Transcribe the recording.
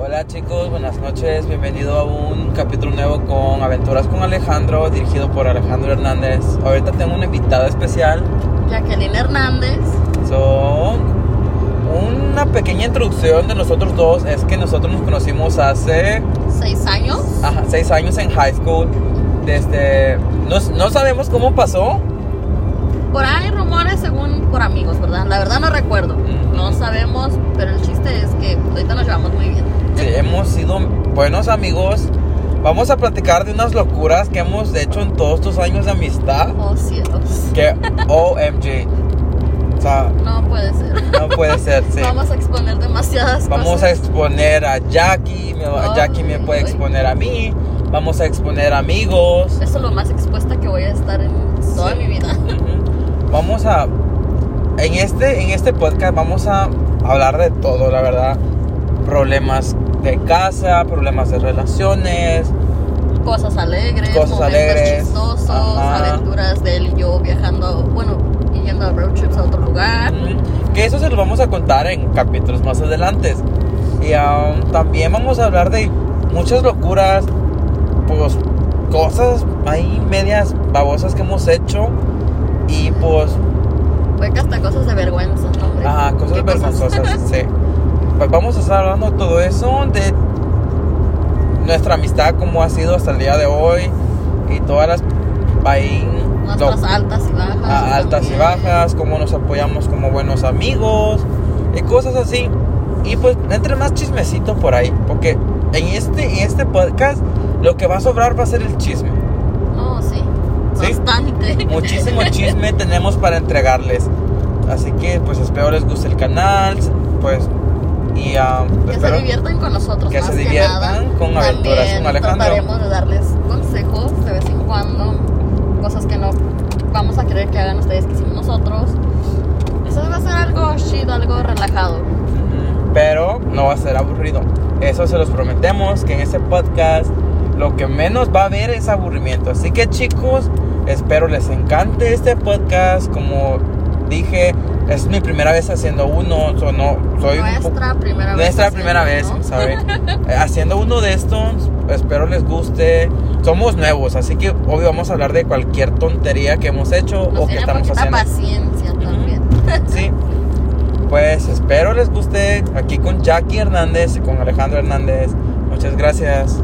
Hola chicos, buenas noches, bienvenido a un capítulo nuevo con Aventuras con Alejandro, dirigido por Alejandro Hernández. Ahorita tengo una invitada especial, Jacqueline Hernández. son una pequeña introducción de nosotros dos, es que nosotros nos conocimos hace seis años. ajá, seis años en high school, desde, no, no sabemos cómo pasó, Por ahí rumores según por amigos, ¿verdad? La verdad no recuerdo. Ujú. No sabemos, pero el chiste es que ahorita nos llevamos muy bien. Sí, hemos sido buenos amigos, vamos a platicar de unas locuras que hemos hecho en todos estos años de amistad. Oh cielos. Que OMG. O sea, No puede ser. no puede ser, sí. Vamos, Vamos a exponer demasiadas a cosas. exponer a Jackie, me- Ay, Jackie me puede ay. exponer a mí, vamos a exponer a amigos, Eso es lo más expuesta que voy a estar en toda Sí. mi vida. Ujú. vamos a... En este, en este podcast vamos a hablar de todo, la verdad. Problemas de casa, problemas de relaciones, Cosas alegres, Cosas momentos alegres. chistosos, Ajá. aventuras de él y yo viajando, bueno, y yendo a road trips a otro lugar. Ujú. Que eso se lo vamos a contar en capítulos más adelante. Y um, también vamos a hablar de muchas locuras, pues cosas ahí medias babosas que hemos hecho. Y pues, Fue que hasta cosas de vergüenza, ¿no? hombre? ajá, cosas ¿Qué vergonzosas, sí. Pues vamos a estar hablando de todo eso, de nuestra amistad, cómo ha sido hasta el día de hoy. Y todas las ahí, lo- Nuestras altas y bajas. a- Ah, altas y también. bajas, cómo nos apoyamos como buenos amigos y cosas así. Y pues entre más chismecito por ahí, porque en este, en este podcast lo que va a sobrar va a ser el chisme. No, Oh, sí. ¿Sí? Bastante. Muchísimo chisme tenemos para entregarles. Así que pues espero les guste el canal, pues y ah, Que se espero- diviertan con nosotros. que más se que diviertan nada. con aventuras También con Alejandro. Trataremos de darles consejos de vez en cuando. Cosas que no vamos a querer que hagan ustedes que hicimos nosotros. Eso va a ser algo chido, algo relajado. pero no va a ser aburrido. Eso se los prometemos que en este podcast lo que menos va a haber es aburrimiento. Así que chicos, espero les encante este podcast. Como dije, es mi primera vez haciendo uno, so no soy un po- nuestra primera vez. nuestra haciendo, primera vez, ¿no? ¿sabe? Eh, haciendo uno de estos. Espero les guste. Somos nuevos, así que obvio vamos a hablar de cualquier tontería que hemos hecho Nos o que tiene estamos poquita haciendo. paciencia también. Sí. Pues espero les guste aquí con Jackie Hernández y con Alejandro Hernández. Muchas gracias.